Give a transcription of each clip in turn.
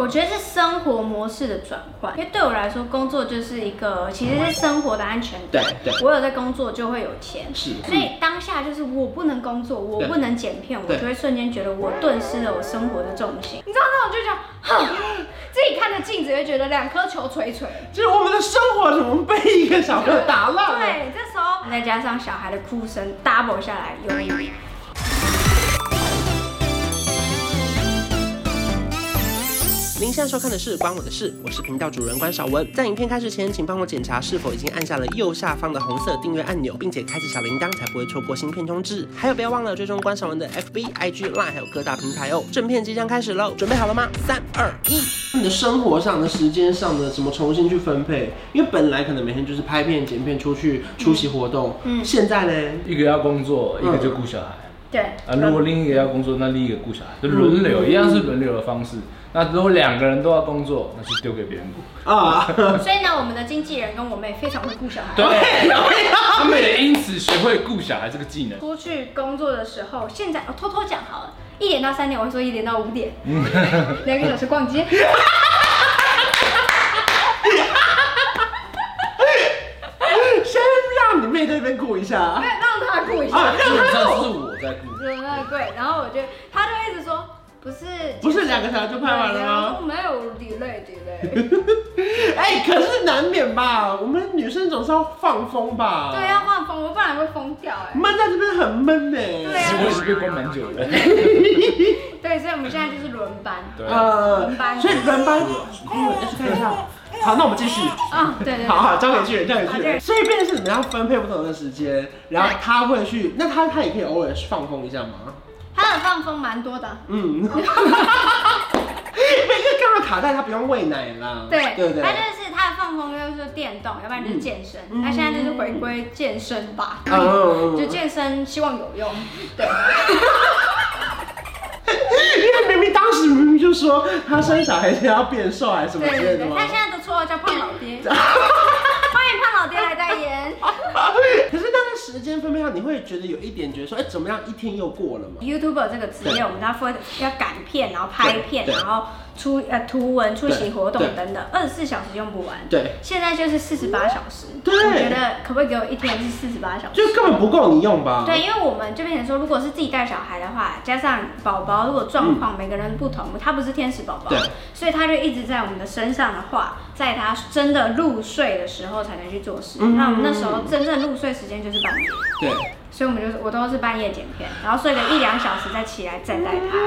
我觉得是生活模式的转换，因为对我来说，工作就是一个其实是生活的安全感。对对我有在工作就会有钱，是所以当下就是我不能工作，我对不能剪片，我对就会瞬间觉得我顿失了我生活的重心。你知道那种就讲，哼，自己看着镜子会觉得两颗球垂垂。就是我们的生活怎么被一个小朋友打烂了？对，这时候再加上小孩的哭声，double 下来有有。您现在收看的是《关我的事》，我是频道主人关少文。在影片开始前，请帮我检查是否已经按下了右下方的红色订阅按钮，并且开启小铃铛，才不会错过新片通知。还有，不要忘了追踪关少文的 FB、IG、Line，还有各大平台哦。正片即将开始喽，准备好了吗？三、二、一。你的生活上的、时间上的，怎么重新去分配？因为本来可能每天就是拍片、剪片、出去出席活动，嗯，现在呢？一个要工作，嗯一个就顾小孩、对，啊。如果另一个要工作，那另一个顾小孩，就轮流，一样是轮流的方式。那如果两个人都要工作，那就丢给别人顾。啊，所以呢，我们的经纪人跟我妹非常会顾小孩。对，他们也因此学会顾小孩这个技能。出去工作的时候，现在我、哦偷偷讲好了，一点到三点，我会说一点到五点，嗯 两个小时逛 街。 先让你妹在那边顾一下。让他顾一啊下，基本上是我在顾。有那个贵，然后我就他就一直说不是不是两个小时就拍完了吗然后没有 delay delay，哎、可是难免吧，我们女生总是要放风吧。对，啊要换风，我不然会疯掉哎、闷在这边很闷呢、对其啊实我也是被关蛮久的。对，所以我们现在就是轮班。对，呃轮班所以轮班，嗯，要去看一下。好，那我们继续。啊、对对对。好好，交给巨人，交给巨好对人。所以变成是你们要分配不同的时间，然后他会去，那他他也可以偶尔放风一下吗？他的放风蛮多的， 嗯，因为刚刚卡带他不用喂奶啦。对对不对他。就是他的放风就是电动，要不然就是健身，嗯他现在就是回归健身吧，嗯嗯嗯就健身希望有用，因为明明当时明明就说他生小孩是要变瘦还是什么对之类对的对，吗？他现在的绰号叫胖老 爹， 欢迎胖老爹来代言。 可是那个时间分配上，你会觉得有一点觉得说，哎、怎么样，一天又过了嘛？ YouTuber 这个职对业，我们要分要赶片，然后拍片，对对然后出呃图文、出席活动对等等，二十四小时用不完。对，现在就是四十八小时。对你觉得可不可以给我一天是四十八小时？就根本不够你用吧？对，因为我们就变成说，如果是自己带小孩的话，加上宝宝，如果状况每个人不同，他不是天使宝宝嗯对，所以他就一直在我们的身上的话，在他真的入睡的时候才能去做事。嗯那我们那时候真正入睡时间就是半夜，对，所以我们就是我都是半夜剪片，然后睡个一两小时再起来再带嗯他，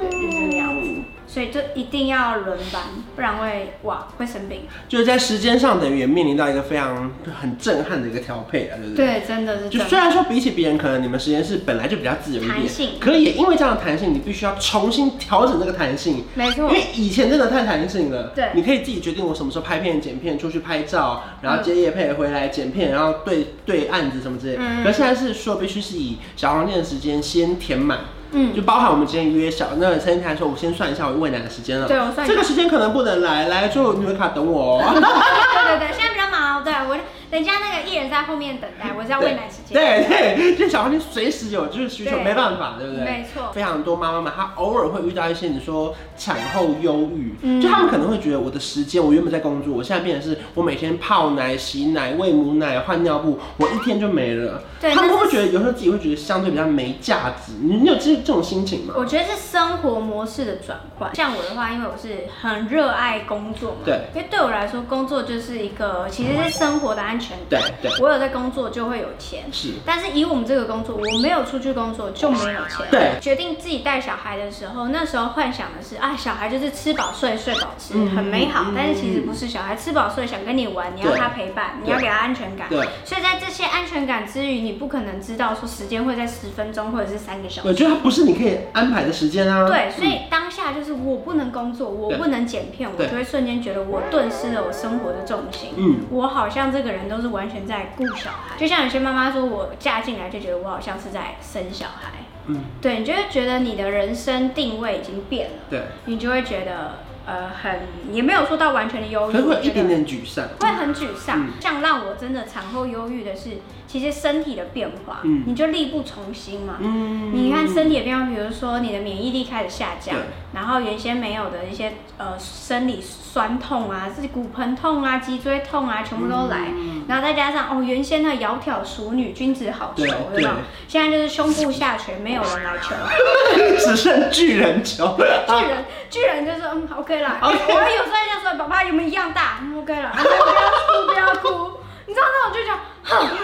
对，就是这个样子。所以就一定要轮班，不然会哇会生病。就是在时间上等于也面临到一个非常很震撼的一个调配啊，对不对？对，真的是就这虽样。然说比起别人，可能你们实验室本来就比较自由一点，弹性可也因为这样的弹性，你必须要重新调整这个弹性。没因错，为以前真的太弹性了，对你可以自己决定我什么时候拍片、剪片、出去拍照，然后接夜配回来剪片，然后对对案子什么之类的。嗯可现在是说必须是以小房间的时间先填满，嗯，就包含我们今天约小那个三天台说，我先算一下我喂奶的时间了。对我算一下这个时间可能不能来，来就女儿卡等我哦。 对对对，现在比较忙，对我人家那个艺人在后面等待，我在喂奶时间。对对，这小房间随时有就是需求，对没办法，对不对？没错非常多妈妈们，她偶尔会遇到一些你说产后忧郁，嗯就他们可能会觉得我的时间，我原本在工作，我现在变成是我每天泡奶、洗奶、喂母奶、换尿布，我一天就没了。对他们但会是不会觉得有时候自己会觉得相对比较没价值？你你有这这种心情吗？我觉得是生活模式的转换。像我的话，因为我是很热爱工作嘛，对，因为对我来说，工作就是一个其实是生活的安全对感。对我有在工作就会有钱，是。但是以我们这个工作，我没有出去工作就没有钱。对决定自己带小孩的时候，那时候幻想的是啊，小孩就是吃饱睡，睡饱吃，嗯很美好嗯。但是其实不是，小孩吃饱睡想跟你玩，你要对他陪伴，你对要给他安全感。对所以在这些安全感之余，你不可能知道说时间会在十分钟或者是三个小时。我觉得它不是你可以安排的时间啊。对，所以当下就是我不能工作，我对不能剪片，我对就会瞬间觉得我顿失了我生活的重心。嗯，我好像这个人都是完全在顾小孩，就像有些妈妈说，我嫁进来就觉得我好像是在生小孩。嗯，对你就会觉得你的人生定位已经变了，对。你就会觉得呃很也没有说到完全的忧郁，可能会我有觉一得点点沮丧。会很沮丧。嗯像让我真的产后忧郁的是，其实身体的变化，嗯你就力不从心嘛。嗯你看身体的变化，比如说你的免疫力开始下降对，然后原先没有的一些呃生理酸痛啊、是骨盆痛啊、脊椎痛啊，全部都来。嗯然后再加上哦，原先的窈窕淑女、君子好逑，对有没有对？现在就是胸部下垂，没有人来求。 只剩巨人球，巨人，巨人就是嗯，OK 啦。 OK 我们有时候在说，爸爸有没有一样大嗯？OK 啦，不要哭，不要哭。你知道，那我就讲，哼，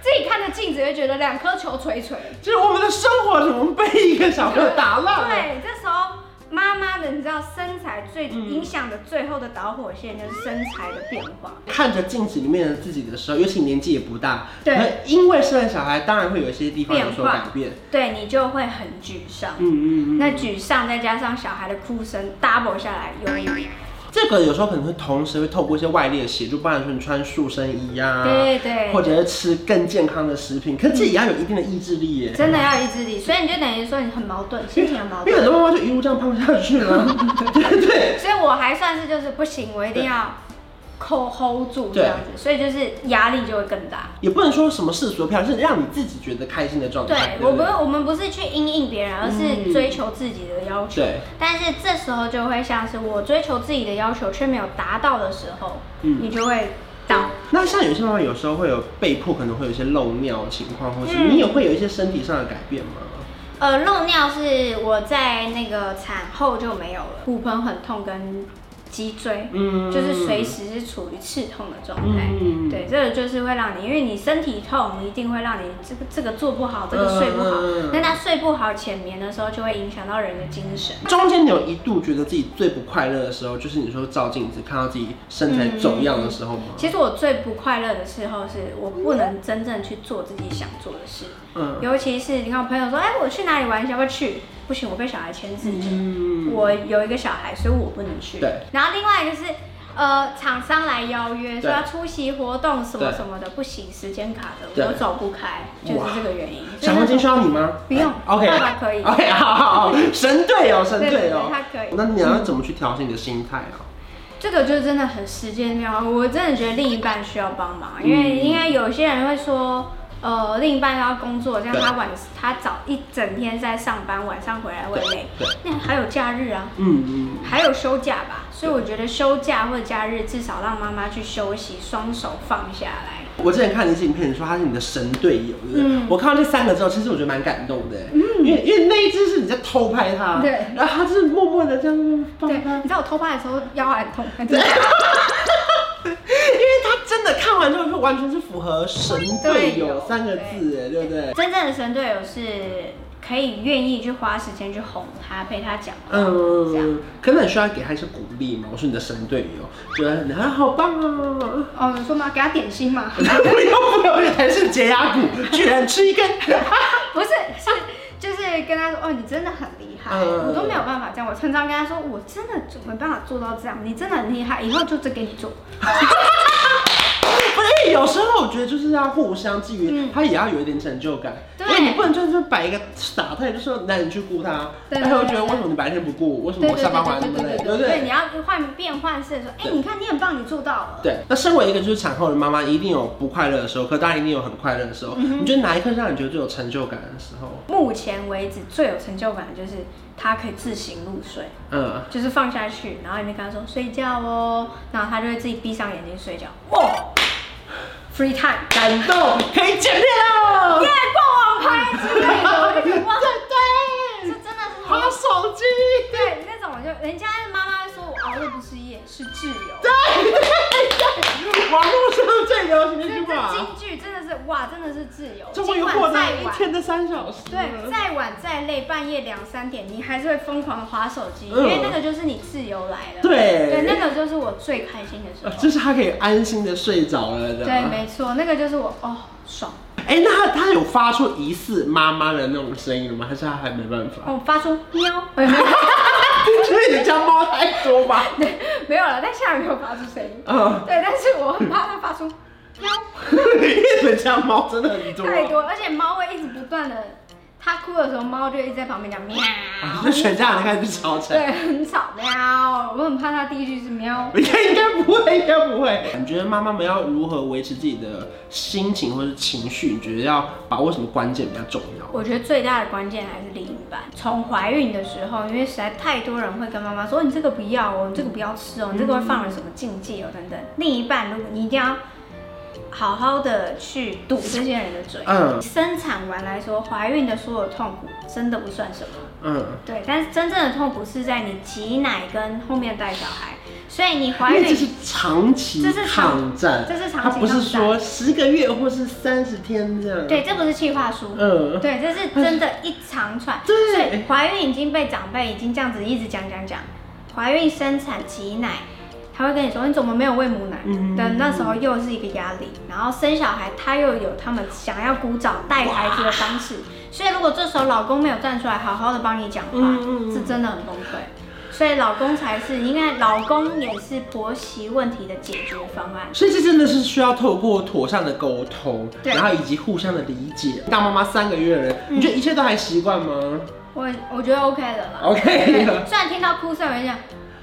自己看着镜子会觉得两颗球垂垂。就是我们的生活怎么被一个小朋友打乱了？对，这时候妈妈的，你知道，身材最影响的最后的导火线就是身材的变化。看着镜子里面的自己的时候，尤其年纪也不大，对可因为生了小孩，当然会有一些地方有所变化改变。对你就会很沮丧。嗯嗯嗯。那沮丧再加上小孩的哭声，double 下来，有郁。这个有时候可能会同时会透过一些外力的协助，不然说你穿塑身衣啊，对对或者是吃更健康的食品，可这也要有一定的意志力耶。真的要有意志力，所以你就等于说你很矛盾，心情很矛因盾为。很多妈妈就一路这样胖下去了， 对对所以我还算是就是不行，我一定要扣 hold 住这样子，所以就是压力就会更大。也不能说什么世俗的漂亮，是让你自己觉得开心的状态。对，对我不对嗯是我们不是去因应别人，而是追求自己的要求。对但是这时候就会像是我追求自己的要求却没有达到的时候，嗯你就会倒。那像有些妈妈有时候会有被迫，可能会有一些漏尿的情况，或是嗯你也会有一些身体上的改变吗？呃，漏尿是我在那个产后就没有了，骨盆很痛跟脊椎，嗯就是随时是处于刺痛的状态。嗯对，这个就是会让你，因为你身体痛，一定会让你这个这个做不好，这个睡不好。嗯嗯嗯那他睡不好、浅眠的时候，就会影响到人的精神。中间你有一度觉得自己最不快乐的时候，就是你说照镜子看到自己身材走样的时候吗？嗯其实我最不快乐的时候是我不能真正去做自己想做的事，嗯尤其是你看我朋友说，哎，我去哪里玩，要不要去？不行，我被小孩牵制着。嗯，我有一个小孩，所以我不能去。对。然后另外一个是，呃，厂商来邀约说对要出席活动什么对什么的，不行，时间卡对着，我走不开，就是哇这个原因。小黄金需要你吗？不用 OK， 爸爸可以 OK，好好好，神队哦友，神队友，对对对他可以那你要怎么去调整你的心态啊？这个就真的很时间妙，我真的觉得另一半需要帮忙，因嗯为因为有些人会说，呃，另一半要工作，这样对他晚他早一整天在上班，晚上回来会累对对，那还有假日啊，嗯嗯，还有休假吧，所以我觉得休假或者假日至少让妈妈去休息，双手放下来。我之前看你一些影片，你说他是你的神队友，对不对？嗯我看到这三个之后，其实我觉得蛮感动的，因为因为那一只是你在偷拍他，对然后他就是默默的这样帮对，他，你知道我偷拍的时候腰还很痛，真的 因为他真的看完之后，就完全是符合神队队友友三个字，哎，对不对？真正的神队友是可以愿意去花时间去哄他，陪他讲话，这样。嗯，可能你需要给他一些鼓励嘛。我说你的神队友，觉得你还好棒啊！ 哦，你说嘛，给他点心嘛。不用不用，还是解压骨，居然吃一根。 不是，是就是跟他说，哦，你真的很厉害，嗯我都没有办法这样。我常常跟他说，我真的就没办法做到这样，你真的很厉害，以后就只给你做。不是，因为有时候我觉得就是要互相基于，他也要有一点成就感。对因为你不能就是摆一个傻态，就说那你去雇他，对他会对觉得为对什么你白天不雇，为什么我下班晚那么累，对不对，对你？要换变换式说，哎、对你看你很棒，你做到了。对，那身为一个就是产后的妈妈，一定有不快乐的时候，可当然一定有很快乐的时候。你觉得哪一刻让你觉得最有成就感的时候？目前为止最有成就感的就是他可以自行入睡，嗯，就是放下去，然后你就跟他说睡觉哦，然后他就会自己闭上眼睛睡觉。哇，free time，感动，可以见面了耶，，逛网拍之类的，我就觉得 哇，这对真的是划很手机，对，那种我就人家妈妈说我熬夜不是夜，是挚友。网络上最流行的一这句话，这京剧真的是哇，真的是挚友。终于今获晚得再一嗯晚，天的三小时。对，再晚再累，半夜两三点，你还是会疯狂的划手机，嗯因为那个就是你挚友来了。对，对那个就是我最开心的时呃候。就是他可以安心的啊睡着了，这对，样。没错，那个就是我哦，爽。哎、那他他有发出疑似妈妈的那种声音了吗？还是他还没办 法？哦，发出喵， 所以你家猫太多吧？没有了，但现在没有发出声音。嗯，对，但是我很怕它发出喵因为你们家猫真的很多。太多，而且猫会一直不断的它哭的时候，猫就一直在旁边讲喵。啊那全家人开始吵起来。对，很吵喵。我很怕它第一句是喵。应该应该不会，应该不会。你觉得妈妈们要如何维持自己的心情或者情绪？你觉得要把握什么关键比较重要？我觉得最大的关键还是另一半。从怀孕的时候，因为实在太多人会跟妈妈说：“你这个不要哦，你这个不要吃哦，你这嗯个会放了什么禁忌哦，等等。”另一半，如果你一定要好好的去堵这些人的嘴。嗯生产完来说，怀孕的所有痛苦真的不算什么。嗯，对，但是真正的痛苦是在你挤奶跟后面带小孩，所以你 因怀为这孕是长期这是长抗战，这是长期它不是抗战说十个月或是三十天这样。对，，这不是气话书，嗯，对，这是真的一长串。对哎所以怀孕已经被长辈已经这样子一直讲讲讲，怀孕生产挤奶，他会跟你说你怎么没有喂母奶嗯的，那时候又是一个压力。然后生小孩，他又有他们想要鼓掌带孩子的方式，所以如果这时候老公没有站出来好好的帮你讲话，嗯嗯嗯是真的很崩溃。所以老公才是，因为老公也是婆媳问题的解决方案。所以这真的是需要透过妥善的沟通，对然后以及互相的理解。当妈妈三个月了，你觉得一切都还习惯嗯吗我我觉得 OK 了啦。 ？OK 了，虽然听到哭声，我就讲，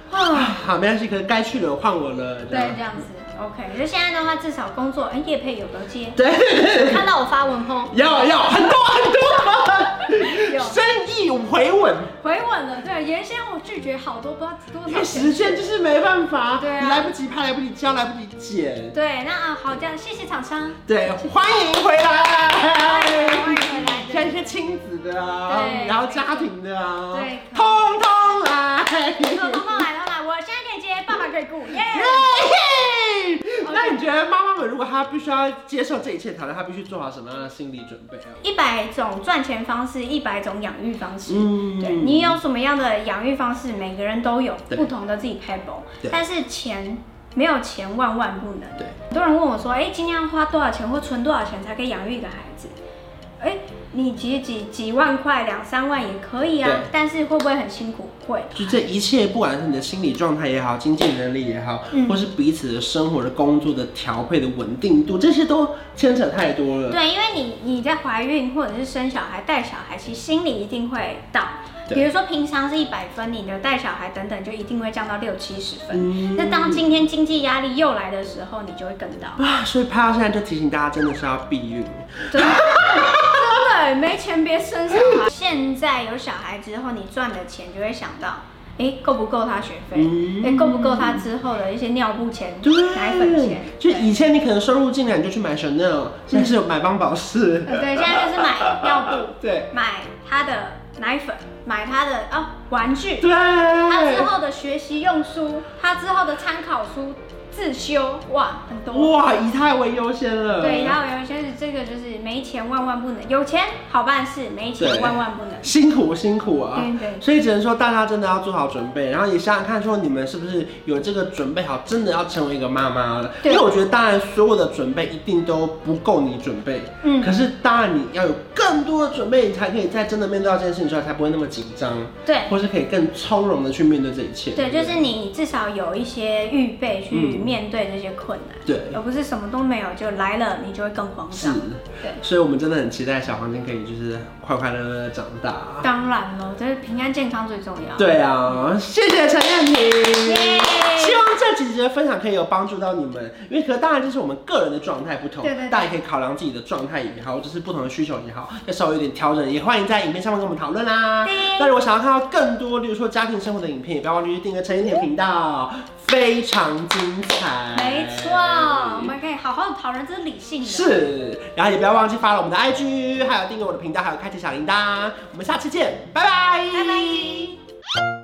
啊，好，没关系，可能该去的换我了。这对，样这样子 OK。就现在的话，至少工作，哎、业配有得接。对， 有看到我发文后，要要很多 很有多，生意回稳，回稳了。对，原先我拒绝好多，不知道多因少为时间钱。就是没办法，对啊你来不及拍，来不及教，来不及剪，对，那啊，好，这样谢谢厂商。对，欢迎回欢迎来。回来现在是亲子的啊，对然后家庭的啊，对通通来。说东东来，东东来，我现在可以接，爸爸可以顾，耶、耶那你觉得妈妈们如果她必须要接受这一切挑战，她必须做好什么样的心理准备啊？一百种赚钱方式，一百种养育方式。嗯对你有什么样的养育方式，每个人都有对不同的自己 p a 对但是钱没有钱万万不能。对，很多人问我说，哎、今天要花多少钱或存多少钱才可以养育一个孩子？哎、你几几几万块，两三万也可以啊对，但是会不会很辛苦？会。就这一切，不管是你的心理状态也好，经济能力也好，嗯或是彼此的生活的工作的调配的稳定度，这些都牵扯太多了。对，因为你你在怀孕或者是生小孩、带小孩，其实心里一定会到。对比如说平常是一百分，你的带小孩等等就一定会降到六七十分。嗯那当今天经济压力又来的时候，你就会更到。啊，所以拍到现在就提醒大家，真的是要避孕。真的真的没钱别生小孩。现在有小孩之后，你赚的钱就会想到，诶，够不够他学费？嗯诶，够不够他之后的一些尿布钱、对，奶粉钱？就以前你可能收入进来你就去买 Chanel，现在是有买邦宝适。呃对，现在就是买尿布，对买他的奶粉，买他的哦玩具，对，他之后的学习用书，他之后的参考书自修，哇，很多。哇，以他为优先了。对，然后有一些是这个，就是没钱万万不能，有钱好办事，没对钱万万不能。辛苦辛苦啊！对对所以只能说大家真的要做好准备，然后也想想看，说你们是不是有这个准备好，真的要成为一个妈妈了？因对为我觉得，当然所有的准备一定都不够你准备，嗯可是当然你要有更多的准备，你才可以在真的面对到这件事情之后，才不会那么紧张，对，或是可以更从容的去面对这一切。对，就是你至少有一些预备去面对这些困难，嗯对而不是什么都没有就来了，你就会更慌是张。，对，嗯所以我们真的很期待小黄金可以就是快快乐乐的长大。当然了，就是平安健康最重要。对啊，谢谢陈燕婷。耶，希望这几集的分享可以有帮助到你们，因为可当然这是我们个人的状态不同，对对对大家也可以考量自己的状态也好，就是不同的需求也好，要稍微有点调整，也欢迎在影片上面跟我们讨论啦。对那如果想要看到更多，例如说家庭生活的影片，也不要忘记去订阅陈一田频道，非常精彩。没错，我们可以好好的讨论，这是理性的。是，然后也不要忘记发了我们的 IG，还有订阅我的频道，还有开启小铃铛。我们下期见，拜拜，拜拜。